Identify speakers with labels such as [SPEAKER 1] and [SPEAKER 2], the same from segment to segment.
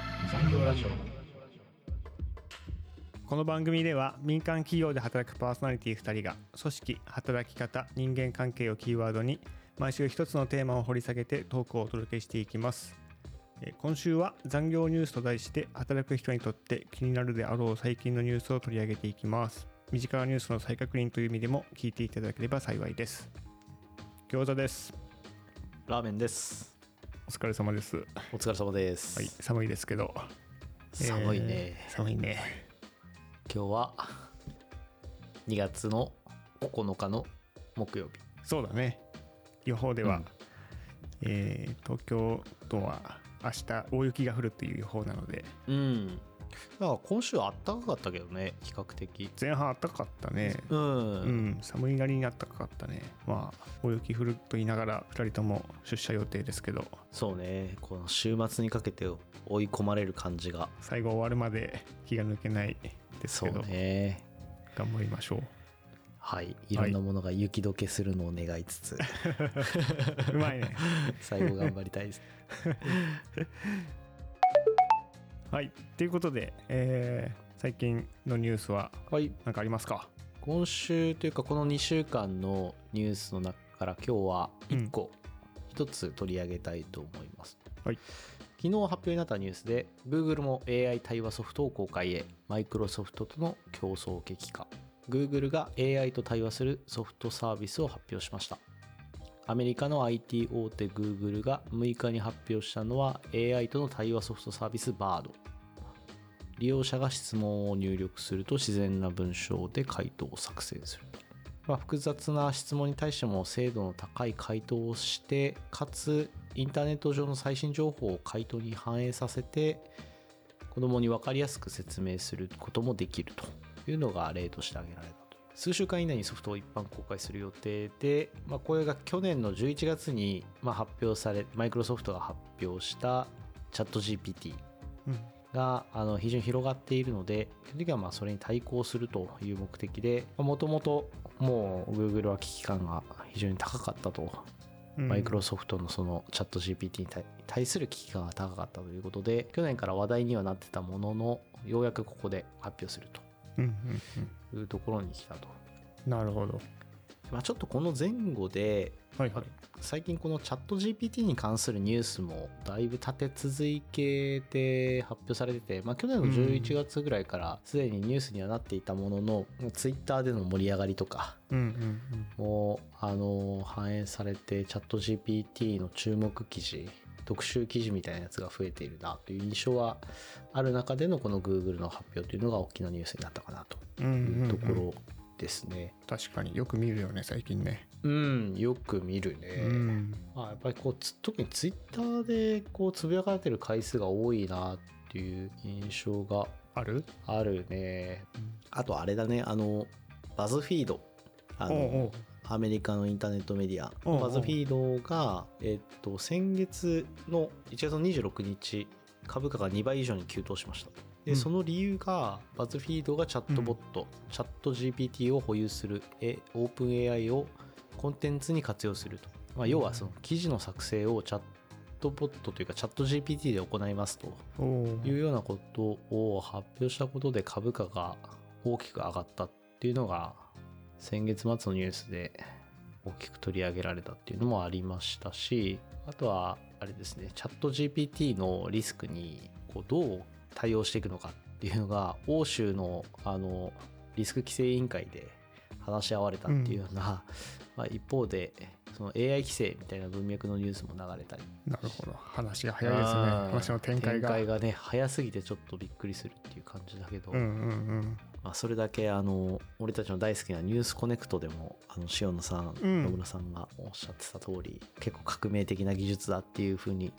[SPEAKER 1] ラジオ
[SPEAKER 2] この番組では民間企業で働くパーソナリティ2人が組織働き方人間関係をキーワードに毎週一つのテーマを掘り下げてトークをお届けしていきますえー今週は残業ニュースと題して働く人にとって気になるであろう最近のニュースを取り上げていきます身近なニュースの再確認という意味でも聞いていただければ幸いです餃子です
[SPEAKER 1] ラーメンです
[SPEAKER 2] お疲れ様ですは
[SPEAKER 1] お疲れ様です、
[SPEAKER 2] い寒いですけど
[SPEAKER 1] 寒いね、
[SPEAKER 2] えー寒いね
[SPEAKER 1] 今日は2月の9日の木曜日
[SPEAKER 2] そうだね予報では、
[SPEAKER 1] うん
[SPEAKER 2] えー東京都は明日大雪が降るという予報なので
[SPEAKER 1] うんだから今週あったかかったけどね比較的
[SPEAKER 2] 前半暖かかったね
[SPEAKER 1] うん、
[SPEAKER 2] うん寒いなりに暖かかったねまあ大雪降ると言いながら2人とも出社予定ですけど
[SPEAKER 1] そうねこの週末にかけて追い込まれる感じが
[SPEAKER 2] 最後終わるまで気が抜けないです
[SPEAKER 1] そ
[SPEAKER 2] け
[SPEAKER 1] う
[SPEAKER 2] ど、
[SPEAKER 1] ね
[SPEAKER 2] 頑張りましょう
[SPEAKER 1] はいいろんなものが雪解けするのを願いつつ、
[SPEAKER 2] うまいね
[SPEAKER 1] 最後頑張りたいです
[SPEAKER 2] はいということで、えー最近のニュースは
[SPEAKER 1] はい
[SPEAKER 2] 何かありますか
[SPEAKER 1] 今週というかこの2週間のニュースの中から今日は1個1つ取り上げたいと思います、
[SPEAKER 2] はい
[SPEAKER 1] 昨日発表になったニュースで Google も AI 対話ソフトを公開へマイクロソフトとの競争激化 Google が AI と対話するソフトサービスを発表しましたアメリカの IT 大手 Google が6日に発表したのは AI との対話ソフトサービス Bard 利用者が質問を入力すると自然な文章で回答を作成する、まあ、複雑な質問に対しても精度の高い回答をしてかつインターネット上の最新情報を回答に反映させて子どもに分かりやすく説明することもできるというのが例として挙げられたと数週間以内にソフトを一般公開する予定で、まあ、これが去年の11月にまあ発表されマイクロソフトが発表したチャット GPT
[SPEAKER 2] うん
[SPEAKER 1] があの非常に広がっているので、基本的にはまあそれに対抗するという目的で、もともともう Google は危機感が非常に高かったと、
[SPEAKER 2] うん
[SPEAKER 1] マイクロソフトのそのチャット GPT に対対する危機感が高かったということで、去年から話題にはなってたものの、ようやくここで発表する
[SPEAKER 2] うんうん
[SPEAKER 1] というところに来たと。
[SPEAKER 2] うんなるほど
[SPEAKER 1] まあ、ちょっとこの前後で、
[SPEAKER 2] はいはい
[SPEAKER 1] 最近このチャット GPT に関するニュースもだいぶ立て続けて発表されてて、まあ、去年の11月ぐらいからすでにニュースにはなっていたものの、ツイッターでの盛り上がりとか
[SPEAKER 2] うんうんうん
[SPEAKER 1] もあの反映されてチャット GPT の注目記事特集記事みたいなやつが増えているなという印象はある中でのこの Google の発表というのが大きなニュースになったかなと
[SPEAKER 2] うん
[SPEAKER 1] いううんところですね。
[SPEAKER 2] 確かによく見るよね最近ね、
[SPEAKER 1] うん、よく見るね。
[SPEAKER 2] うん
[SPEAKER 1] まあ、やっぱりこうつ特にツイッターでこうつぶやかれてる回数が多いなっていう印象が
[SPEAKER 2] ある
[SPEAKER 1] あるね
[SPEAKER 2] うん
[SPEAKER 1] あとあれだねあのバズフィードあの
[SPEAKER 2] おうおう
[SPEAKER 1] アメリカのインターネットメディア
[SPEAKER 2] おうおう
[SPEAKER 1] バズフィードが、えっと、先月の1月の26日株価が2倍以上に急騰しましたで、
[SPEAKER 2] うん
[SPEAKER 1] その理由がバズフィードがチャットボット、チャット GPT を保有するえオープン AI をコンテンツに活用すると、まあ、要はその記事の作成をチャットボットというかチャット GPT で行いますと
[SPEAKER 2] おう
[SPEAKER 1] いうようなことを発表したことで株価が大きく上がったっていうのが先月末のニュースで大きく取り上げられたっていうのもありましたしあとはあれですねチャット GPT のリスクにこうどう対応していくのかっていうのが欧州のあのリスク規制委員会で話し合われたっていうような、まあ、一方でその AI 規制みたいな文脈のニュースも流れたり
[SPEAKER 2] なるほど話が早いですね
[SPEAKER 1] うん
[SPEAKER 2] 話の展開が
[SPEAKER 1] ね早すぎてちょっとびっくりするっていう感じだけど、
[SPEAKER 2] うんうんうん
[SPEAKER 1] まあ、それだけあの俺たちの大好きな「ニュースコネクト」でもあの塩野さん
[SPEAKER 2] うん
[SPEAKER 1] 野村さんがおっしゃってた通り結構革命的な技術だっていうふうに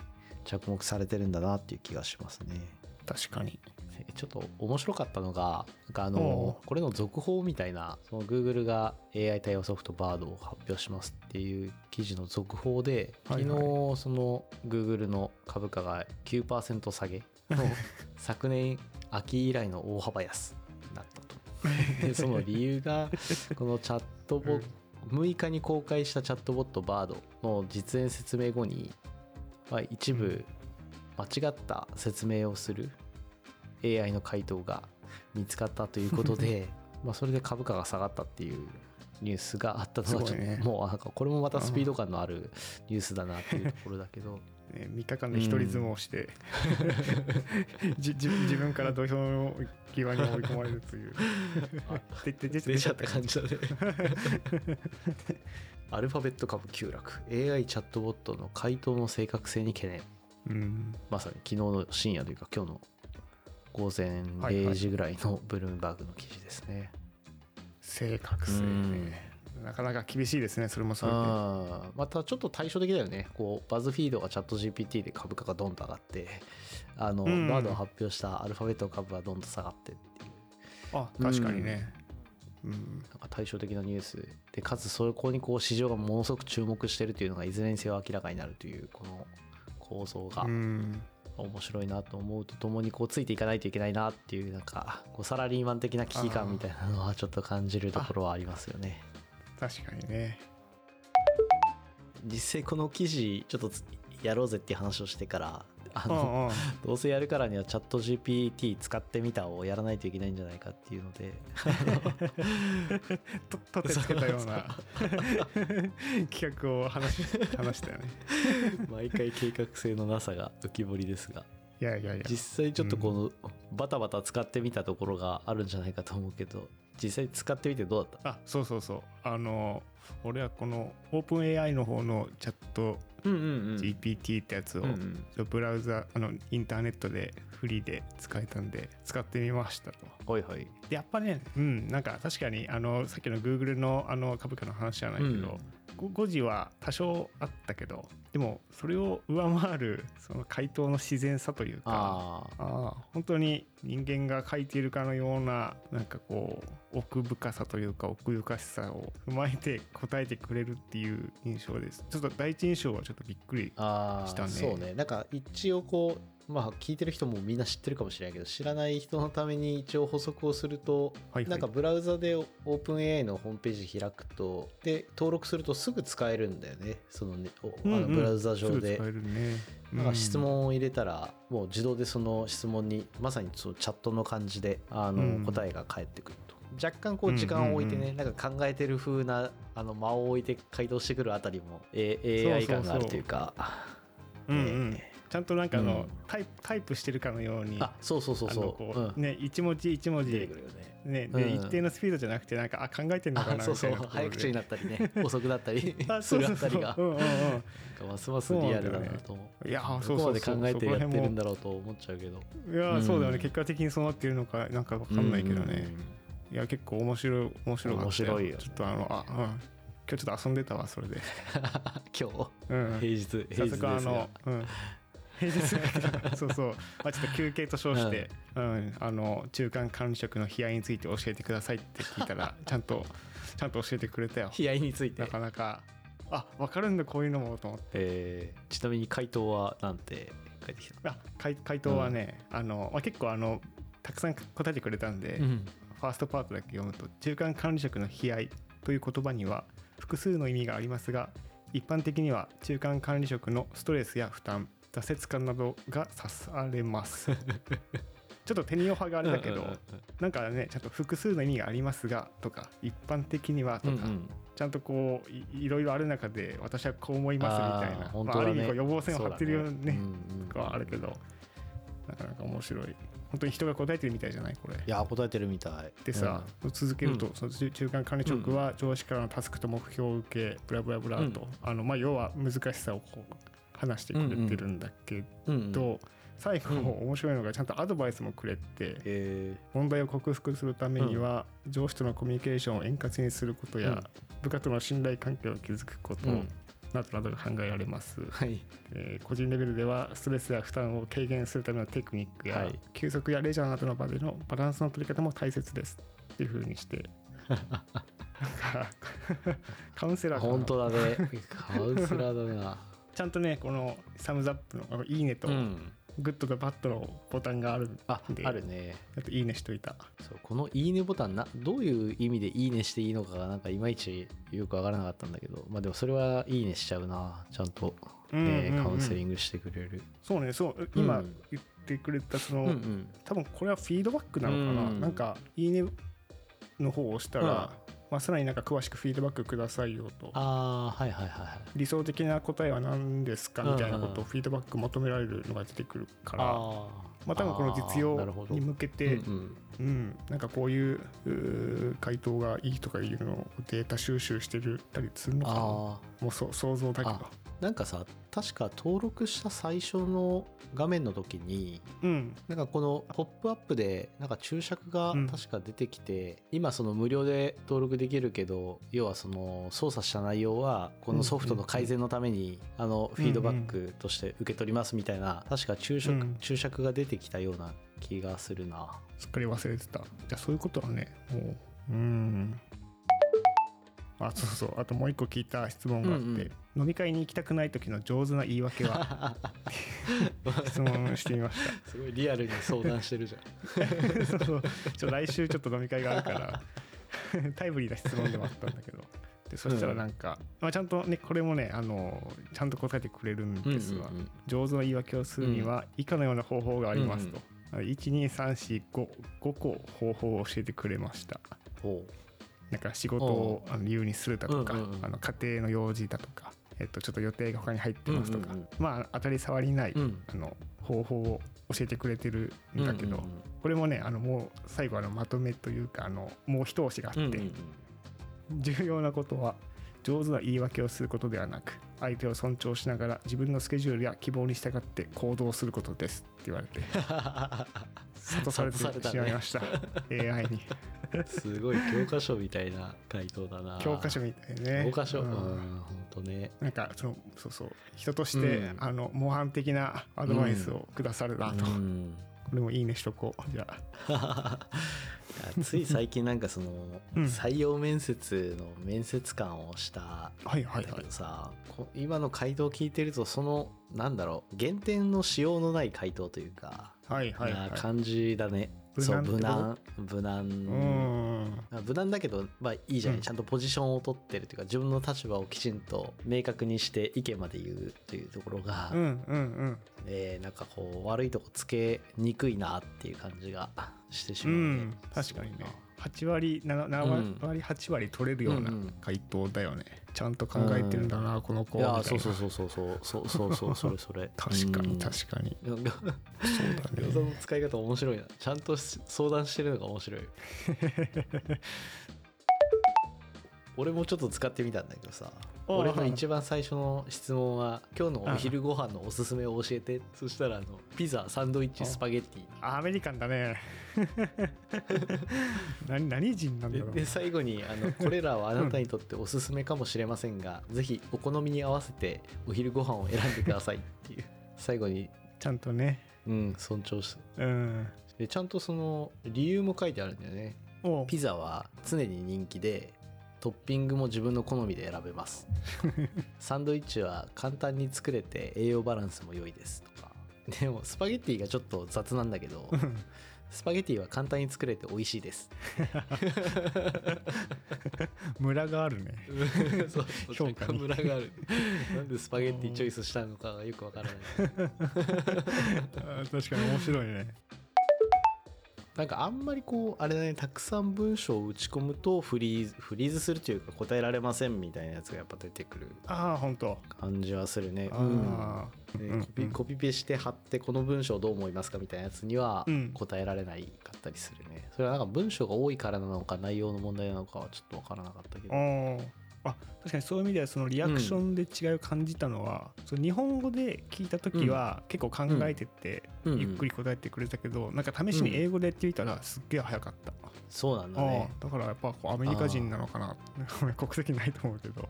[SPEAKER 1] 着目されてるんだなっていう気がしますね。
[SPEAKER 2] 確かに
[SPEAKER 1] えちょっと面白かったのが、なんかあ
[SPEAKER 2] お
[SPEAKER 1] の
[SPEAKER 2] う、
[SPEAKER 1] これの続報みたいな、その Google が AI 対応ソフト Bard を発表しますっていう記事の続報で、
[SPEAKER 2] は
[SPEAKER 1] 昨
[SPEAKER 2] い
[SPEAKER 1] 日
[SPEAKER 2] はい、
[SPEAKER 1] その Google の株価が9%下げ の昨年秋以来の大幅安になったと。で、その理由が、このチャットボ、
[SPEAKER 2] うん
[SPEAKER 1] 6日に公開したチャットボット Bard の実演説明後に、まあ、一部間違った説明をする AI の回答が見つかったということ でまあそれで株価が下がったっていうニュースがあったのはちょっ
[SPEAKER 2] す
[SPEAKER 1] と、
[SPEAKER 2] ごいね
[SPEAKER 1] もうなんかこれもまたスピード感のあるニュースだなっていうところだけど
[SPEAKER 2] えー3日間で一人相撲をして、じじ自分から土俵の際に追い込まれるという
[SPEAKER 1] あ
[SPEAKER 2] ででで
[SPEAKER 1] 出ちゃった感じだね アルファベット株急落 AI チャットボットの回答の正確性に懸念
[SPEAKER 2] うん
[SPEAKER 1] まさに昨日の深夜というか今日の午前
[SPEAKER 2] はいはい
[SPEAKER 1] 0時ぐらいのブルームバーグの記事ですね。
[SPEAKER 2] 正確性ねなかなか厳しいですねそれもそれで
[SPEAKER 1] あーまたちょっと対照的だよね。こうバズフィードがチャット GPT で株価がドンと上がってあの、
[SPEAKER 2] うん
[SPEAKER 1] バードを発表したアルファベットの株がどんと下がってっていう
[SPEAKER 2] あ確かにねうん、
[SPEAKER 1] なんか対照的なニュースでかつそこにこう市場がものすごく注目してるというのがいずれにせよ明らかになるというこの構造が
[SPEAKER 2] うん
[SPEAKER 1] 面白いなと思うとともにこうついていかないといけないなっていうなんかこうサラリーマン的な危機感みたいなのはちょっと感じるところはありますよね
[SPEAKER 2] 確かにね
[SPEAKER 1] 実際この記事ちょっとつやろうぜっていう話をしてからあ
[SPEAKER 2] うん
[SPEAKER 1] の、
[SPEAKER 2] うん
[SPEAKER 1] どうせやるからにはチャット GPT 使ってみたをやらないといけないんじゃないかっていうので
[SPEAKER 2] と立てつけたような企画を話し話したよね
[SPEAKER 1] 毎回計画性のなさが浮き彫りですが
[SPEAKER 2] いやいやいや
[SPEAKER 1] 実際ちょっとこの、バタバタ使ってみたところがあるんじゃないかと思うけど実際使ってみてどうだっ
[SPEAKER 2] あそうそうそうあの俺はこの OpenAI の方のチャット
[SPEAKER 1] たうんうん、
[SPEAKER 2] GPT ってやつを、ブラウザあのインターネットでフリーで使えたんで使ってみましたと。
[SPEAKER 1] はいはい
[SPEAKER 2] でやっぱねうんなんか確かにあのさっきの Google のあの株価の話じゃないけど、ご誤字は多少あったけどでもそれを上回るその回答の自然さというか。
[SPEAKER 1] ああ
[SPEAKER 2] ああ本当に人間が書いているかのようななんかこう奥深さというか奥ゆかしさを踏まえて答えてくれるっていう印象ですちょっと第一印象はちょっとびっくり
[SPEAKER 1] ああ
[SPEAKER 2] したね
[SPEAKER 1] そうねなんか一応こうまあ聞いてる人もみんな知ってるかもしれないけど知らない人のために一応補足をすると、
[SPEAKER 2] はいはい
[SPEAKER 1] なんかブラウザで OpenAI のホームページ開くとで登録するとすぐ使えるんだよねそのねおあ
[SPEAKER 2] うん
[SPEAKER 1] の
[SPEAKER 2] うん
[SPEAKER 1] ブラウザ上
[SPEAKER 2] すぐ
[SPEAKER 1] で
[SPEAKER 2] 使。えるね
[SPEAKER 1] なんか質問を入れたら、もう自動でその質問にまさにそうチャットの感じであの、
[SPEAKER 2] うん
[SPEAKER 1] 答えが返ってくると若干こう時間を置いてね、
[SPEAKER 2] うんうん
[SPEAKER 1] なんか考えてる風なあの間を置いて回答してくるあたりも、
[SPEAKER 2] そ
[SPEAKER 1] え
[SPEAKER 2] うそう
[SPEAKER 1] AI 感があるというか
[SPEAKER 2] うんうん
[SPEAKER 1] え
[SPEAKER 2] ちゃんとなんかあの、
[SPEAKER 1] うん
[SPEAKER 2] タイプタイプしてるかのように
[SPEAKER 1] あそうそうそう
[SPEAKER 2] あの
[SPEAKER 1] そ
[SPEAKER 2] こ
[SPEAKER 1] う、う
[SPEAKER 2] う、
[SPEAKER 1] ん、
[SPEAKER 2] ね一文字一文
[SPEAKER 1] 出て
[SPEAKER 2] 字
[SPEAKER 1] くるよね
[SPEAKER 2] ね、
[SPEAKER 1] う
[SPEAKER 2] で
[SPEAKER 1] ん
[SPEAKER 2] 一定のスピードじゃなくてなんかあ考えてるのか
[SPEAKER 1] あ
[SPEAKER 2] な
[SPEAKER 1] そ
[SPEAKER 2] み
[SPEAKER 1] う
[SPEAKER 2] た
[SPEAKER 1] そ
[SPEAKER 2] いうなところで
[SPEAKER 1] 早口になったり ね遅くなったり
[SPEAKER 2] あ
[SPEAKER 1] す
[SPEAKER 2] そう
[SPEAKER 1] る
[SPEAKER 2] そ
[SPEAKER 1] あ
[SPEAKER 2] う
[SPEAKER 1] た
[SPEAKER 2] そう
[SPEAKER 1] りが
[SPEAKER 2] うんうんうん
[SPEAKER 1] ますますリアルだなと思う
[SPEAKER 2] いやーそ
[SPEAKER 1] ど
[SPEAKER 2] うそう
[SPEAKER 1] こまで
[SPEAKER 2] そう
[SPEAKER 1] 考えてやってるん
[SPEAKER 2] だ
[SPEAKER 1] だろうと思っちゃうけど
[SPEAKER 2] いやーそうだよ
[SPEAKER 1] う
[SPEAKER 2] ね
[SPEAKER 1] ん
[SPEAKER 2] 結果的にそうなってるのかなんかわかんないけどね、いや結構面白い面白かった
[SPEAKER 1] 面白いよね
[SPEAKER 2] ちょっとあのあうん今日ちょっと遊んでたわそれで、
[SPEAKER 1] 今日
[SPEAKER 2] うんうん、
[SPEAKER 1] 平日
[SPEAKER 2] 早
[SPEAKER 1] 平日です
[SPEAKER 2] 速あの
[SPEAKER 1] が、
[SPEAKER 2] うん、平日だけど そうそう、まあ、ちょっと休憩と称 して、うんあの中間管理職の悲哀について教えてくださいって聞いた らちゃんとちゃんと教えてくれたよ
[SPEAKER 1] 悲哀について
[SPEAKER 2] なかなかあ分かるんだこういうのもと思って
[SPEAKER 1] えーちなみに回答はなんて書いてきた
[SPEAKER 2] あ回回答はね、あのまあ、結構あのたくさん答えてくれたんで、ファーストパートだけ読むと中間管理職の悲哀という言葉には複数の意味がありますが一般的には中間管理職のストレスや負担挫折感などが指されますちょっ と手におはがあれだけど、
[SPEAKER 1] うんうんうん
[SPEAKER 2] なんかねちゃんと複数の意味がありますがとか一般的にはと
[SPEAKER 1] う
[SPEAKER 2] か、
[SPEAKER 1] んうん
[SPEAKER 2] ちゃんとこういいろいろある中で私はこう思いますみたいな
[SPEAKER 1] あー本
[SPEAKER 2] ま
[SPEAKER 1] 当
[SPEAKER 2] あ、あ
[SPEAKER 1] だ
[SPEAKER 2] る意
[SPEAKER 1] ね
[SPEAKER 2] 味こう予防線を張ってるよ
[SPEAKER 1] そううだ
[SPEAKER 2] ね
[SPEAKER 1] うんうん
[SPEAKER 2] とかはあるけどなかなか面白い本当に人が答えてるみたいじゃないこれ
[SPEAKER 1] いや答えてるみたい
[SPEAKER 2] でさ、続けると、その中中間管理職は上司からのタスクと目標を受けブラブラブラと、
[SPEAKER 1] うん
[SPEAKER 2] あのまあ、要は難しさをこう話してくれてるんだけ
[SPEAKER 1] うんうん
[SPEAKER 2] ど、最後
[SPEAKER 1] うん
[SPEAKER 2] 面白いのがちゃんとアドバイスもくれて、
[SPEAKER 1] え
[SPEAKER 2] 問題を克服するためには、上司とのコミュニケーションを円滑にすることや、
[SPEAKER 1] うん
[SPEAKER 2] 部下との信頼関係を築くこと、
[SPEAKER 1] うん
[SPEAKER 2] などなどが考えられます、
[SPEAKER 1] ーはい
[SPEAKER 2] えー個人レベルではストレスや負担を軽減するためのテクニックや、
[SPEAKER 1] はい
[SPEAKER 2] 休息やレジャーなどの場でのバランスの取り方も大切ですっていうふうにしてなんかカウンセラーかな
[SPEAKER 1] 本当だねカウンセラーだ な
[SPEAKER 2] ちゃんとねこのサムズアップのあのいいねと、
[SPEAKER 1] うん
[SPEAKER 2] グッドとバッドのボタンがある
[SPEAKER 1] あ
[SPEAKER 2] で
[SPEAKER 1] あるね
[SPEAKER 2] あといいねしといた
[SPEAKER 1] そうこの「いいね」ボタンなどういう意味で「いいね」していいのかがなんかいまいちよくわからなかったんだけどまあでもそれは「いいね」しちゃうなちゃんと、ね
[SPEAKER 2] うんうんうん
[SPEAKER 1] カウンセリングしてくれる
[SPEAKER 2] そうねそう今
[SPEAKER 1] うん
[SPEAKER 2] 言っってくれたその、
[SPEAKER 1] うんうん
[SPEAKER 2] 多分これはフィードバックなのかな、
[SPEAKER 1] うん
[SPEAKER 2] なんか「いいね」の方を押したら、
[SPEAKER 1] うん
[SPEAKER 2] まあ、さらになんか詳しくフィードバックくださいよと
[SPEAKER 1] ああはいはいはいはい
[SPEAKER 2] 理想的な答えは何ですか
[SPEAKER 1] うん
[SPEAKER 2] みたいなことをフィードバック求められるのが出てくるから、
[SPEAKER 1] あー
[SPEAKER 2] まあ、多分この実
[SPEAKER 1] あー
[SPEAKER 2] 用
[SPEAKER 1] なるほど
[SPEAKER 2] に向けて
[SPEAKER 1] うんうん
[SPEAKER 2] うん、なんかこういううー回答がいいとかいうのをデータ収集してるたりするのかな
[SPEAKER 1] あ
[SPEAKER 2] もうそう想像だけど
[SPEAKER 1] あーなんかさ確か登録した最初の画面の時に
[SPEAKER 2] うん
[SPEAKER 1] なんかこの「ポップアップでなんか注釈が
[SPEAKER 2] うん
[SPEAKER 1] 確か出てきて、今その無料で登録できるけど要はその操作した内容はこのソフトの改善のためにあのフィードバックとして受け取りますみたいな確か注釈,、
[SPEAKER 2] うん
[SPEAKER 1] 注釈が出てきたような気がするな。
[SPEAKER 2] すっかり忘れてたじゃあそういうことはねもううんあそうそうあともう一個聞いた質問があって、
[SPEAKER 1] うんうん
[SPEAKER 2] 飲み会に行きたくない時の上手な言い訳 は 質問してみまし
[SPEAKER 1] すごいリアルに相談してるじゃん。
[SPEAKER 2] た そうそうちょ来週ちょっと飲み会があるから タイムリーな質問でもあったんだけどでそしたらなんか、まあ、ちゃんとねこれもねあのちゃんと答えてくれるん ですが、
[SPEAKER 1] うんうんうん
[SPEAKER 2] 上手の言い訳をするには以下のような方法がありますと、12345個方法を教えてくれました
[SPEAKER 1] ほう
[SPEAKER 2] なんか仕事をあの理由にするだとか、
[SPEAKER 1] うんうんうん
[SPEAKER 2] あの家庭の用事だとか、えっと、ちょっと予定が他に入ってますとか、
[SPEAKER 1] うんうんうん
[SPEAKER 2] まあ当たり障りない、
[SPEAKER 1] うん
[SPEAKER 2] あの方法を教えてくれてるんだけど、
[SPEAKER 1] うんうんうん
[SPEAKER 2] これもねあのもう最後あのまとめというかあのもう一押しがあって、
[SPEAKER 1] うんうんうん
[SPEAKER 2] 重要なことは上手な言い訳をすることではなく相手を尊重しながら自分のスケジュールや希望に従って行動することですって言わ れて諭され
[SPEAKER 1] 諭され
[SPEAKER 2] て
[SPEAKER 1] たね
[SPEAKER 2] しまいました AI に
[SPEAKER 1] すごい教科書みたいな回答だな。
[SPEAKER 2] 教科書みたいね
[SPEAKER 1] 教科書、
[SPEAKER 2] う
[SPEAKER 1] うん、
[SPEAKER 2] ん
[SPEAKER 1] 本当ね。
[SPEAKER 2] なんかそのそうそう人として、
[SPEAKER 1] うん
[SPEAKER 2] あの模範的なアドバイスをくださるなと、
[SPEAKER 1] う
[SPEAKER 2] こ
[SPEAKER 1] ん
[SPEAKER 2] れもいいねしとこうじゃあ
[SPEAKER 1] いやつい最近なんかその、
[SPEAKER 2] うん
[SPEAKER 1] 採用面接の面接官をした
[SPEAKER 2] はいは
[SPEAKER 1] ん
[SPEAKER 2] い
[SPEAKER 1] だ
[SPEAKER 2] は
[SPEAKER 1] け
[SPEAKER 2] い
[SPEAKER 1] どさ、こ今の回答を聞いてるとそのなんだろう原点のしようのない回答というか、
[SPEAKER 2] はいはいは
[SPEAKER 1] ない感じだね。
[SPEAKER 2] 無
[SPEAKER 1] そう
[SPEAKER 2] 難ってこ
[SPEAKER 1] 無
[SPEAKER 2] と
[SPEAKER 1] 難無難、
[SPEAKER 2] うん
[SPEAKER 1] あ無難だけど、まあ、いいじゃない、
[SPEAKER 2] うん
[SPEAKER 1] ちゃんとポジションを取ってるというか自分の立場をきちんと明確にして意見まで言うというところが、
[SPEAKER 2] うんうんうん
[SPEAKER 1] えーなんかこう悪いとこつけにくいなっていう感じがしてし
[SPEAKER 2] う
[SPEAKER 1] まうね、
[SPEAKER 2] ん、確かにね8割 7,
[SPEAKER 1] うん
[SPEAKER 2] 割8割取れるような
[SPEAKER 1] うんうん
[SPEAKER 2] 回答だよね、ちゃんと考えてるんだな、この子
[SPEAKER 1] い
[SPEAKER 2] みたい
[SPEAKER 1] や
[SPEAKER 2] な
[SPEAKER 1] そうそうそうそうそうそうそうそうそれそれ
[SPEAKER 2] 確かに
[SPEAKER 1] か
[SPEAKER 2] 確か に、
[SPEAKER 1] に
[SPEAKER 2] そうだ
[SPEAKER 1] 餃
[SPEAKER 2] ね
[SPEAKER 1] 子の使い方面白いなちゃんとし相談してるのが面白い俺もちょっと使ってみたんだけどさ
[SPEAKER 2] あ
[SPEAKER 1] 俺
[SPEAKER 2] は
[SPEAKER 1] の
[SPEAKER 2] い
[SPEAKER 1] 一番最初の質問は「今日のお昼ご飯のおすすめを教えて」そしたらあのピザサンドイッチスパゲッティ
[SPEAKER 2] アメリカンだ ね何何人なんだ
[SPEAKER 1] で
[SPEAKER 2] ろう
[SPEAKER 1] で最後にあの「これらはあなたにとっておすすめかもしれませんが、ぜひお好みに合わせてお昼ご飯を選んでください」っていう最後に、
[SPEAKER 2] ちゃんとね
[SPEAKER 1] うん、尊重し
[SPEAKER 2] うん
[SPEAKER 1] でちゃんとその理由も書いてあるんだよね
[SPEAKER 2] おう
[SPEAKER 1] ピザは常に人気でトッピングも自分の好みで選べますサンドイッチは簡単に作れて栄養バランスも良いですとかでもスパゲッティがちょっと雑なんだけど
[SPEAKER 2] ん
[SPEAKER 1] スパゲッティは簡単に作れて美味しいです
[SPEAKER 2] ムラがあるね
[SPEAKER 1] そうそう
[SPEAKER 2] 評
[SPEAKER 1] 若
[SPEAKER 2] 価
[SPEAKER 1] 干
[SPEAKER 2] に
[SPEAKER 1] ムラがある なんでスパゲッティチョイスしたのかがよくわからない
[SPEAKER 2] あー確かに面白いね
[SPEAKER 1] なんかあんまりこうあれだねたくさん文章を打ち込むとフリーズフリーズするというか答えられませんみたいなやつがやっぱ出てくる
[SPEAKER 2] ああ本当
[SPEAKER 1] 感じはするね。うん
[SPEAKER 2] ああ、
[SPEAKER 1] で
[SPEAKER 2] うん
[SPEAKER 1] コピコピペして貼ってこの文章どう思いますかみたいなやつには
[SPEAKER 2] うん
[SPEAKER 1] 答えられないかったりするね。それはなんか文章が多いからなのか内容の問題なのかはちょっとわからなかったけど。
[SPEAKER 2] おーあ確かにそういう意味ではそのリアクションで違いを感じたのは、その日本語で聞いた時は結構考えてって、
[SPEAKER 1] うんうん
[SPEAKER 2] ゆっくり答えてくれたけど、なんか試しに英語でやってみたらすっげえ早かった、
[SPEAKER 1] そうなんだ
[SPEAKER 2] あ
[SPEAKER 1] ね。
[SPEAKER 2] ーだからやっぱこうアメリカ人なのかなごめん 国籍ないと思うけ ど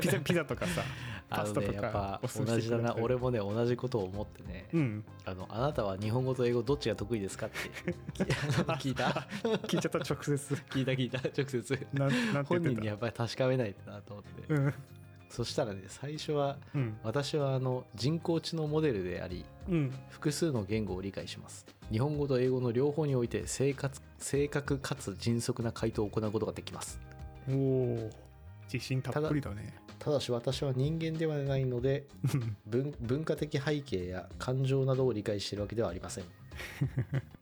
[SPEAKER 2] ピザピザとかさ
[SPEAKER 1] あ
[SPEAKER 2] パ
[SPEAKER 1] の
[SPEAKER 2] スタ
[SPEAKER 1] ね
[SPEAKER 2] と
[SPEAKER 1] やっぱ
[SPEAKER 2] かおすすめ
[SPEAKER 1] 同
[SPEAKER 2] して
[SPEAKER 1] じ
[SPEAKER 2] く
[SPEAKER 1] だ
[SPEAKER 2] れ
[SPEAKER 1] な
[SPEAKER 2] たり
[SPEAKER 1] 俺もね同じことを思ってね。
[SPEAKER 2] うん
[SPEAKER 1] あのあなたは日本語と英語どっちが得意ですかってきあの聞いた
[SPEAKER 2] 聞いちゃった直接
[SPEAKER 1] 聞いた聞いた直接
[SPEAKER 2] なんなんて
[SPEAKER 1] 本
[SPEAKER 2] 言って
[SPEAKER 1] 人に
[SPEAKER 2] た
[SPEAKER 1] やっぱり確かめないとなと思って、
[SPEAKER 2] うん
[SPEAKER 1] そしたらね最初は
[SPEAKER 2] うん
[SPEAKER 1] 私はあの人工知能モデルであり
[SPEAKER 2] うん
[SPEAKER 1] 複数の言語を理解します日本語と英語の両方において正確正確かつ迅速な回答を行うことができます
[SPEAKER 2] おお自信たっぷりだね
[SPEAKER 1] たただし私は人間ではないので文文化的背景や感情などを理解しているわけではあ りませんい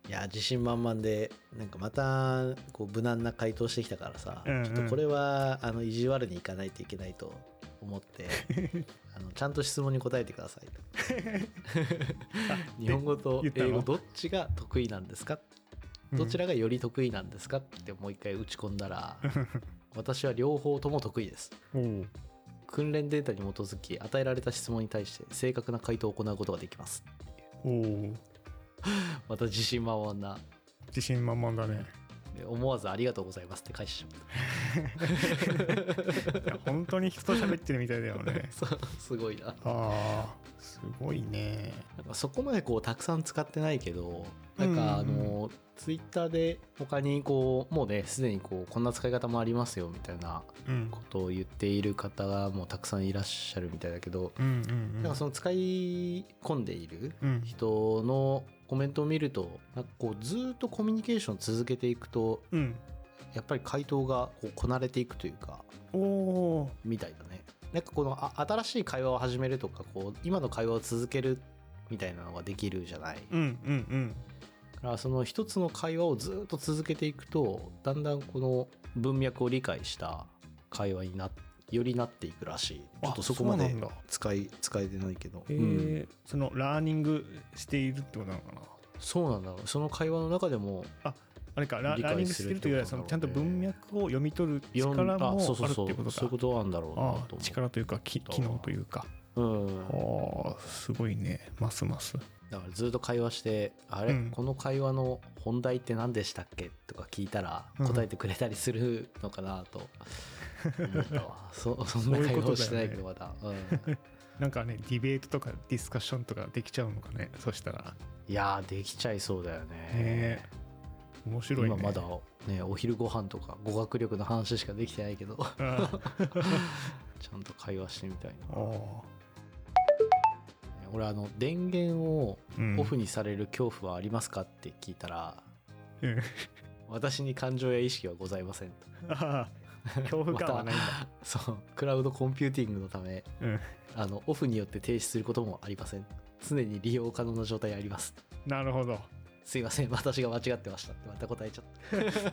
[SPEAKER 1] や自信満々でなんかまたこう無難な回答してきたからさ、
[SPEAKER 2] うんうん
[SPEAKER 1] ちょっとこれはあの意地悪にいかないといけないと思って あのちゃんと質問に答えてください日本語と
[SPEAKER 2] 言ったの
[SPEAKER 1] 英語どっちが得意なんですかどちらがより得意なんですかってもう一回打ち込ん だら私は両方とも得意です
[SPEAKER 2] うんおう
[SPEAKER 1] 訓練データに基づき与えられた質問に対して正確な回答を行うことができます
[SPEAKER 2] おう
[SPEAKER 1] また自信満々な
[SPEAKER 2] 自信満々だね
[SPEAKER 1] で思わずありがとうございますって返してし
[SPEAKER 2] いや本当に人と喋ってるみたいだよね
[SPEAKER 1] まったそうすごいな
[SPEAKER 2] ああすごいね
[SPEAKER 1] なんかそこまでこうたくさん使ってないけどなんかあ
[SPEAKER 2] うんうん
[SPEAKER 1] のツイッターで他にこうもうねすでにこうこんな使い方もありますよみたいな
[SPEAKER 2] うん
[SPEAKER 1] ことを言っている方がもうたくさんいらっしゃるみたいだけど、
[SPEAKER 2] うんうんうん
[SPEAKER 1] なんかその使い込んでいる
[SPEAKER 2] うん
[SPEAKER 1] 人のコメントを見るとなんかこうずーっとコミュニケーションを続けていくと
[SPEAKER 2] うん
[SPEAKER 1] やっぱり回答がこうこなれていくというか
[SPEAKER 2] おお
[SPEAKER 1] みたいだねなんかこのあ新しい会話を始めるとかこう今の会話を続けるみたいなのができるじゃない
[SPEAKER 2] ーうんうんうん
[SPEAKER 1] だからその一つの会話をずっと続けていくとだんだんこの文脈を理解した会話になよりなっていくらしいちょっとそこま
[SPEAKER 2] あう
[SPEAKER 1] で
[SPEAKER 2] なんだ
[SPEAKER 1] 使い使えてないけど、
[SPEAKER 2] え
[SPEAKER 1] うん
[SPEAKER 2] ーそのラーニングしているってことなのかな
[SPEAKER 1] そうなんだろうその会話の中でも
[SPEAKER 2] あれかラ
[SPEAKER 1] 理
[SPEAKER 2] ラーニン
[SPEAKER 1] 解
[SPEAKER 2] グし
[SPEAKER 1] す
[SPEAKER 2] て
[SPEAKER 1] る
[SPEAKER 2] るというよりはその
[SPEAKER 1] って
[SPEAKER 2] ちゃんと
[SPEAKER 1] ことだろうね
[SPEAKER 2] 文脈を読み取る
[SPEAKER 1] いろん
[SPEAKER 2] 力もあるって
[SPEAKER 1] そうそうそう
[SPEAKER 2] いうことか
[SPEAKER 1] そういうことなんだろうな
[SPEAKER 2] あ
[SPEAKER 1] と
[SPEAKER 2] あ
[SPEAKER 1] 思う
[SPEAKER 2] 力というかき機能というか
[SPEAKER 1] うん
[SPEAKER 2] あ、あすごいねますます
[SPEAKER 1] だからずっと会話して「あれ、
[SPEAKER 2] うん
[SPEAKER 1] この会話の本題って何でしたっけ?」とか聞いたら
[SPEAKER 2] うん
[SPEAKER 1] 答えてくれたりするのかなと思った わそそんな
[SPEAKER 2] そういう
[SPEAKER 1] 会
[SPEAKER 2] ことだよね
[SPEAKER 1] 話をしてないけどまだうん、
[SPEAKER 2] なんかねディベートとかディスカッションとかできちゃうのかねそしたら
[SPEAKER 1] いやーできちゃいそうだよね
[SPEAKER 2] ねえ面白いね
[SPEAKER 1] 今まだねお昼ご飯とか語学力の話しかできてないけど
[SPEAKER 2] あ
[SPEAKER 1] ちゃんと会話してみたい
[SPEAKER 2] あ
[SPEAKER 1] な
[SPEAKER 2] あ
[SPEAKER 1] 俺あの電源を
[SPEAKER 2] あうん
[SPEAKER 1] オフにされる恐怖はありますかって聞いたら
[SPEAKER 2] うん
[SPEAKER 1] 私に感情や意識はございませんと
[SPEAKER 2] ああ恐怖感はないんだ、
[SPEAKER 1] そうクラウドコンピューティングのため
[SPEAKER 2] うん、
[SPEAKER 1] あのオフによって停止することもありません常に利用可能な状態あります
[SPEAKER 2] なるほど
[SPEAKER 1] すいません私が間違ってましたってまた答えちゃ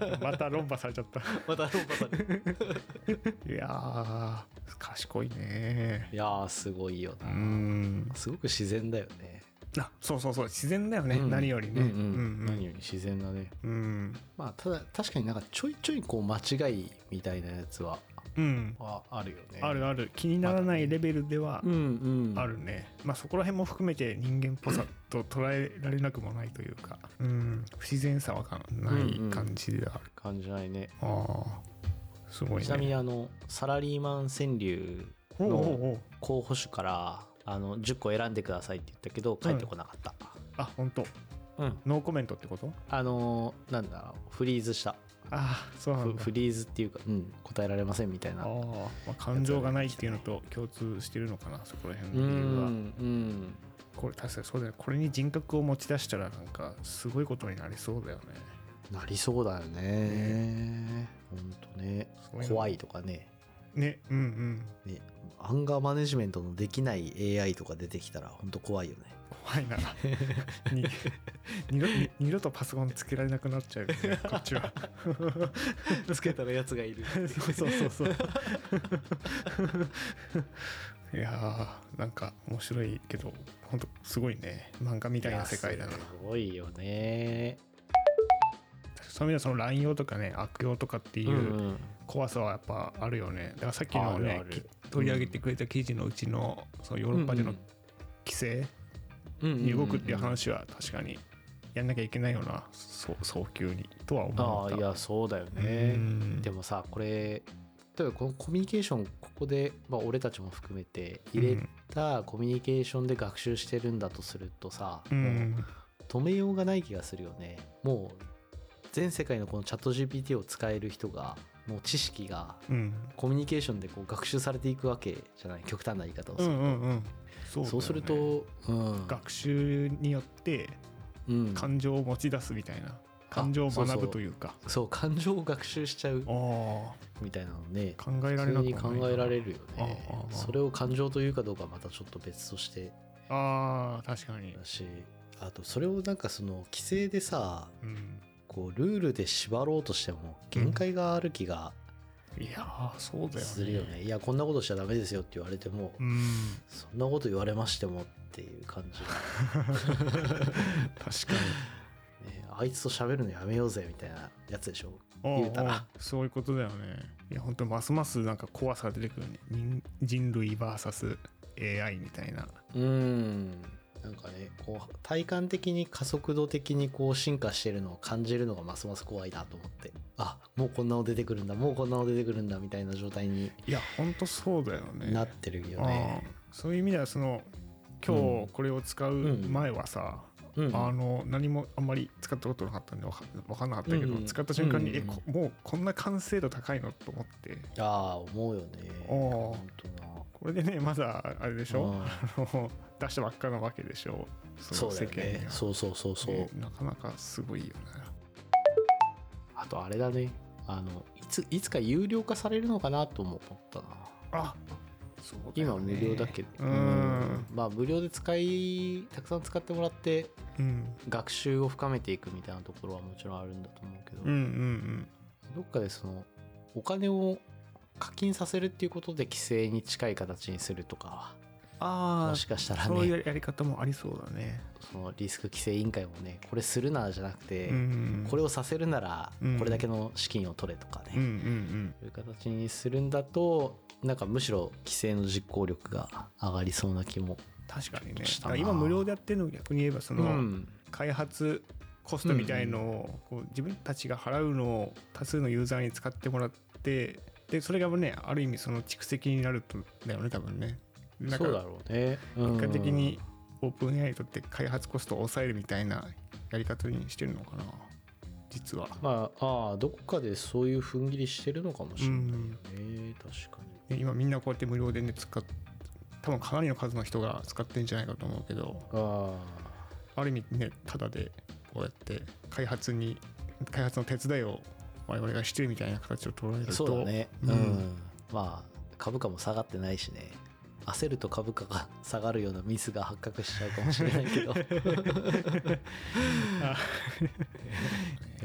[SPEAKER 1] っ
[SPEAKER 2] また論破されちゃった
[SPEAKER 1] たまた論破 される
[SPEAKER 2] いやー賢いね
[SPEAKER 1] いやーすごいよ
[SPEAKER 2] う
[SPEAKER 1] な、
[SPEAKER 2] ん
[SPEAKER 1] すごく自然だよね
[SPEAKER 2] あそうそうそう自然だよね、
[SPEAKER 1] うん
[SPEAKER 2] 何よりね
[SPEAKER 1] うんうん
[SPEAKER 2] うん
[SPEAKER 1] 何より自然だね
[SPEAKER 2] うん
[SPEAKER 1] まあただ確かになんかちょいちょいこう間違いみたいなやつは
[SPEAKER 2] うん
[SPEAKER 1] ああるよね
[SPEAKER 2] あるある気にならないレベルでは
[SPEAKER 1] うんうん
[SPEAKER 2] あるね、まあそこら辺も含めて人間っぽさと捉えられなくもないというか、うん、不自然さはかない感じである、
[SPEAKER 1] 感じないね
[SPEAKER 2] ああすごいね
[SPEAKER 1] ちなみにあのサラリーマン川柳
[SPEAKER 2] おうおうおう
[SPEAKER 1] 候補手からあの10個選んでくださいって言ったけど返ってこなかった、
[SPEAKER 2] あ本当
[SPEAKER 1] うん
[SPEAKER 2] ノーコメントってこと
[SPEAKER 1] あのーなんだろうフリーズした
[SPEAKER 2] ああそうな
[SPEAKER 1] フ
[SPEAKER 2] んだ
[SPEAKER 1] フリーズっていうか、うん、答えられませんみたい
[SPEAKER 2] あ
[SPEAKER 1] な
[SPEAKER 2] あ、
[SPEAKER 1] う
[SPEAKER 2] まあ、感情がないっていうのと共通してるのかなそこら辺
[SPEAKER 1] んう
[SPEAKER 2] の理由は
[SPEAKER 1] ん
[SPEAKER 2] これ確かにそうだよねこれに人格を持ち出したらなんかすごいことになりそうだよね
[SPEAKER 1] なりそうだよねほんとね
[SPEAKER 2] すごいな
[SPEAKER 1] 怖いとかね
[SPEAKER 2] ねうんうん
[SPEAKER 1] ねアンガーマネジメントのできない AI とか出てきたらほんと怖いよね
[SPEAKER 2] 怖いなに二度に二度とパソコンつけられなくなっちゃうよねこっちは
[SPEAKER 1] つけたらやつがい る
[SPEAKER 2] そうそうそうそう いやーなんか面白いけど本当すごいね漫画みたいな世界だな
[SPEAKER 1] やすごいよね
[SPEAKER 2] そういう意味ではその乱用とかね悪用とかってい
[SPEAKER 1] うん
[SPEAKER 2] う
[SPEAKER 1] うん
[SPEAKER 2] 怖さはやっぱあるよねだからさっきのね
[SPEAKER 1] あるある
[SPEAKER 2] き取り上げてくれた記事のうちのそのヨーロッパでの規制に動くっていう話は確かにやんなきゃいけないよなそう早急にとは思
[SPEAKER 1] あ
[SPEAKER 2] っ
[SPEAKER 1] あ
[SPEAKER 2] た
[SPEAKER 1] いやそうだよねでもさこれ例えばこのコミュニケーションここで、まあ、俺たちも含めて入れたコミュニケーションで学習してるんだとするとさ、
[SPEAKER 2] う
[SPEAKER 1] も
[SPEAKER 2] ん
[SPEAKER 1] う止めようがない気がするよねもう全世界のこのチャット GPT を使える人がもう知識が
[SPEAKER 2] うん
[SPEAKER 1] コミュニケーションでこう学習されていくわけじゃない極端な言い方を
[SPEAKER 2] う
[SPEAKER 1] する、
[SPEAKER 2] んうんうんそだよね
[SPEAKER 1] そうすると、うん
[SPEAKER 2] 学習によって
[SPEAKER 1] うん
[SPEAKER 2] 感情を持ち出すみたいな感情を
[SPEAKER 1] そうそう
[SPEAKER 2] 学ぶというか
[SPEAKER 1] そう感情を学習しちゃう
[SPEAKER 2] ああ
[SPEAKER 1] みたいなので
[SPEAKER 2] 考えら
[SPEAKER 1] 普
[SPEAKER 2] れ
[SPEAKER 1] 通
[SPEAKER 2] なく
[SPEAKER 1] に考
[SPEAKER 2] もない
[SPEAKER 1] えられるよ
[SPEAKER 2] あ
[SPEAKER 1] ね
[SPEAKER 2] あああ
[SPEAKER 1] それを感情というかどうかはまたちょっと別として
[SPEAKER 2] ああ確かに
[SPEAKER 1] だしあとそれをなんかその規制でさ
[SPEAKER 2] うん
[SPEAKER 1] こうルールで縛ろうとしても限界がある気が
[SPEAKER 2] いやーそうだよね
[SPEAKER 1] するよねいやこんなことしちゃダメですよって言われても
[SPEAKER 2] うん
[SPEAKER 1] そんなこと言われましてもっていう感じ
[SPEAKER 2] 確か
[SPEAKER 1] ねあいつと喋るのやめようぜみたいなやつでしょ
[SPEAKER 2] に
[SPEAKER 1] 言うたら
[SPEAKER 2] おうおうそういうことだよねいや本当ますますなんか怖さが出てくるね人人類 VSAI みたいな
[SPEAKER 1] うんなんかねこう体感的に加速度的にこう進化してるのを感じるのがますます怖いなと思ってあもうこんなの出てくるんだもうこんなの出てくるんだみたいな状態に
[SPEAKER 2] いや本当そうだよね
[SPEAKER 1] なってるよ
[SPEAKER 2] あ
[SPEAKER 1] ね。
[SPEAKER 2] ーそういう意味ではその
[SPEAKER 1] う
[SPEAKER 2] 今
[SPEAKER 1] ん
[SPEAKER 2] 日これを使う前はさ、
[SPEAKER 1] うん
[SPEAKER 2] あの何もあんまり使ったことなかったんで分かわかんなかったけど、
[SPEAKER 1] うん
[SPEAKER 2] 使った瞬間に、
[SPEAKER 1] うん
[SPEAKER 2] えこもうこんな完成度高いのと思って
[SPEAKER 1] あー思うよね。
[SPEAKER 2] あー
[SPEAKER 1] 本当な
[SPEAKER 2] これでねまだあれでしょ、
[SPEAKER 1] うん
[SPEAKER 2] あの出したばっかなわけでしょ
[SPEAKER 1] そうだよ
[SPEAKER 2] に
[SPEAKER 1] ね。
[SPEAKER 2] は
[SPEAKER 1] そうそうそうそう。
[SPEAKER 2] ねなかなかすごいよな
[SPEAKER 1] あとあれだね。あのいついつか有料化されるのかなとも思ったな。
[SPEAKER 2] あそうだ
[SPEAKER 1] 今
[SPEAKER 2] よ
[SPEAKER 1] は
[SPEAKER 2] ね
[SPEAKER 1] 無料だけど、
[SPEAKER 2] う
[SPEAKER 1] うん
[SPEAKER 2] ん
[SPEAKER 1] まあ無料で使いたくさん使ってもらって
[SPEAKER 2] うん
[SPEAKER 1] 学習を深めていくみたいなところはもちろんあるんだと思うけど、
[SPEAKER 2] うんうんうん
[SPEAKER 1] どっかでそのお金を課金させるっていうことで規制に近い形にするとか
[SPEAKER 2] あ
[SPEAKER 1] も
[SPEAKER 2] あ
[SPEAKER 1] しかしたら
[SPEAKER 2] そう
[SPEAKER 1] ね
[SPEAKER 2] いうやり方もありそうだね、
[SPEAKER 1] そのリスク規制委員会もねこれするなじゃなくて、
[SPEAKER 2] うん、
[SPEAKER 1] これをさせるなら
[SPEAKER 2] うん
[SPEAKER 1] これだけの資金を取れとかね、
[SPEAKER 2] うんうん
[SPEAKER 1] そういう形にするんだとなんかむしろ規制の実行力が上がりそうな気
[SPEAKER 2] う
[SPEAKER 1] も、
[SPEAKER 2] ん確かにね
[SPEAKER 1] した
[SPEAKER 2] だ
[SPEAKER 1] な
[SPEAKER 2] から今無料でやってるの逆に言えばそうの、
[SPEAKER 1] ん、
[SPEAKER 2] 開発コストみたいのをこう自分たちが払うのを多数のユーザーに使ってもらってでそれがねある意味その蓄積になるとだよね多分ねなん
[SPEAKER 1] そうだ
[SPEAKER 2] か
[SPEAKER 1] ろうね
[SPEAKER 2] 結果的にオープン AI にとって開発コストを抑えるみたいなやり方にしてるのかな実は
[SPEAKER 1] まあ、ああどこかでそういう踏ん切りしてるのかもしれないよね、確かに
[SPEAKER 2] で今みんなこうやって無料でね使っ多分かなりの数の人が使ってんじゃないかと思うけど
[SPEAKER 1] あ
[SPEAKER 2] ある意味ねただでこうやって開発に開発の手伝いを我々がしてるみたいな形を捉える
[SPEAKER 1] あ
[SPEAKER 2] と
[SPEAKER 1] そうだねう、
[SPEAKER 2] うんん
[SPEAKER 1] まあ株価も下がってないしね焦ると株価が 下がるようなミスが発覚しちゃうかもしれないけ どい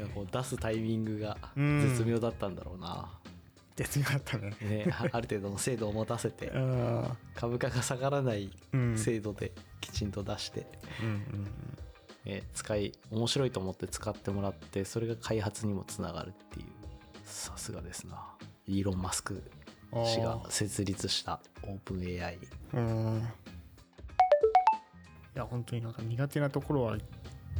[SPEAKER 1] やこう出すタイミングが
[SPEAKER 2] うん
[SPEAKER 1] 絶妙だったんだろうな、
[SPEAKER 2] 絶妙だった ね
[SPEAKER 1] ね、あある程度の精度を持たせて
[SPEAKER 2] あ
[SPEAKER 1] 株価が下がらない
[SPEAKER 2] ーうん
[SPEAKER 1] 精度できちんと出して、
[SPEAKER 2] うんうん
[SPEAKER 1] えー使い面白いと思って使ってもらってそれが開発にもつながるっていうさすがですなイーロン・マスク
[SPEAKER 2] うん
[SPEAKER 1] 氏が
[SPEAKER 2] あ
[SPEAKER 1] 設立したオープン AI
[SPEAKER 2] ーうんいや本当になんか苦手なところは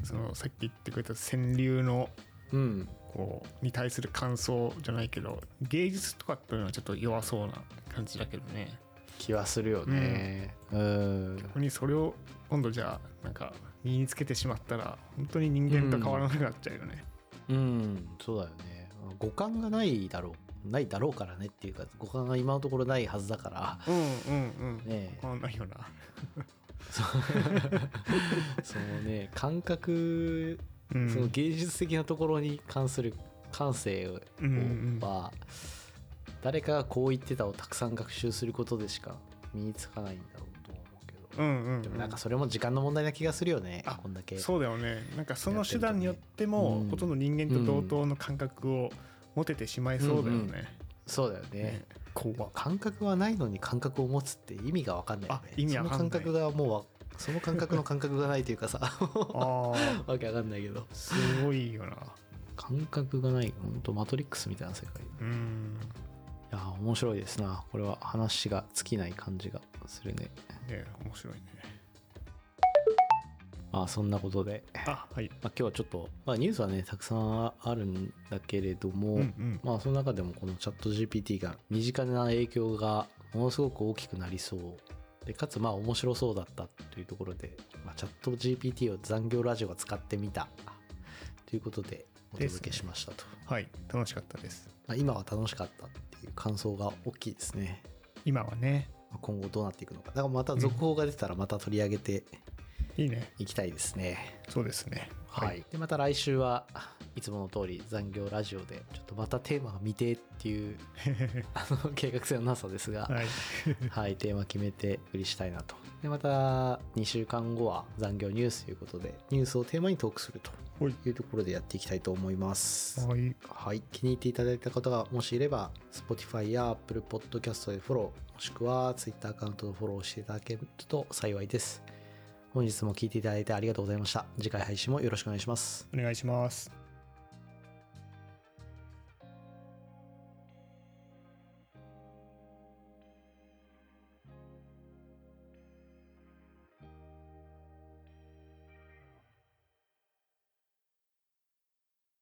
[SPEAKER 2] そのさっき言ってくれた川柳の
[SPEAKER 1] うん
[SPEAKER 2] こうに対する感想じゃないけど芸術とかっていうのはちょっと弱そうな感じだけどね
[SPEAKER 1] 気はするよねうん
[SPEAKER 2] ここにそれを今度じゃあなんか身につけてしまったら本当に人間と変わらなくなっちゃうよね、
[SPEAKER 1] うんそうだよね五感がないだろうないだろうからねっていうか五感が今のところないはずだから
[SPEAKER 2] うん、うんうん
[SPEAKER 1] ねえ
[SPEAKER 2] 変わんないよな
[SPEAKER 1] そうそのね感覚
[SPEAKER 2] うん
[SPEAKER 1] その芸術的なところに関する感性を
[SPEAKER 2] うんうん
[SPEAKER 1] は誰かがこう言ってたをたくさん学習することでしか身につかないんだろうと思うけど、
[SPEAKER 2] うんうんうん
[SPEAKER 1] でもなんかそれも時間の問題な気がするよね
[SPEAKER 2] あ
[SPEAKER 1] こんだけ
[SPEAKER 2] そうだよねなんかその手段によって
[SPEAKER 1] やってると
[SPEAKER 2] も
[SPEAKER 1] ね
[SPEAKER 2] ほとんど人間と同等の感覚を持ててしまいそうだよね、
[SPEAKER 1] そうだよ
[SPEAKER 2] う
[SPEAKER 1] ね、
[SPEAKER 2] 怖
[SPEAKER 1] 感覚はないのに感覚を持つって意味が分かんないよね
[SPEAKER 2] あ意味わかんない
[SPEAKER 1] その感覚がもうわその感覚の感覚がないというか さ
[SPEAKER 2] あー
[SPEAKER 1] わけわかんないけど
[SPEAKER 2] すごいよな
[SPEAKER 1] 感覚がないほんとマトリックスみたいな世界い
[SPEAKER 2] うん
[SPEAKER 1] やー面白いですなこれは話が尽きない感じがするね
[SPEAKER 2] ね面白いね
[SPEAKER 1] まあそんなことで
[SPEAKER 2] あはい
[SPEAKER 1] まあ、今日はちょっと、まあ、ニュースはねたくさんあるんだけれども、
[SPEAKER 2] うんうん
[SPEAKER 1] まあその中でもこのチャット GPT が身近な影響がものすごく大きくなりそうでかつまあ面白そうだったというところで、まあ、チャット GPT を残業ラジオが使ってみたということでお届けしましたと、
[SPEAKER 2] はい楽しかったです
[SPEAKER 1] まあ、今は楽しかったっていう感想が大きいですね
[SPEAKER 2] 今はね
[SPEAKER 1] まあ今後どうなっていくのかだからまた続報が出たらまた取り上げて
[SPEAKER 2] いいね
[SPEAKER 1] いきたいですね、
[SPEAKER 2] そうですね
[SPEAKER 1] はい、でまた来週はいつもの通り残業ラジオでちょっとまたテーマが未定っ ていうあの計画性のなさですが、
[SPEAKER 2] はい。
[SPEAKER 1] はい、テーマ決めて売りしたいなと。で、また2週間後は残業ニュースということで、ニュースをテーマにトークすると
[SPEAKER 2] はい
[SPEAKER 1] いうところでやっていきたいと思います。
[SPEAKER 2] はい。
[SPEAKER 1] はい、気に入っていただいた方がもしいれば、Spotify や Apple Podcast でフォロー、もしくは Twitter アカウントをフォローしていただけると幸いです。本日も聞いていただいてありがとうございました。次回配信もよろしくお願いします。
[SPEAKER 2] お願いします。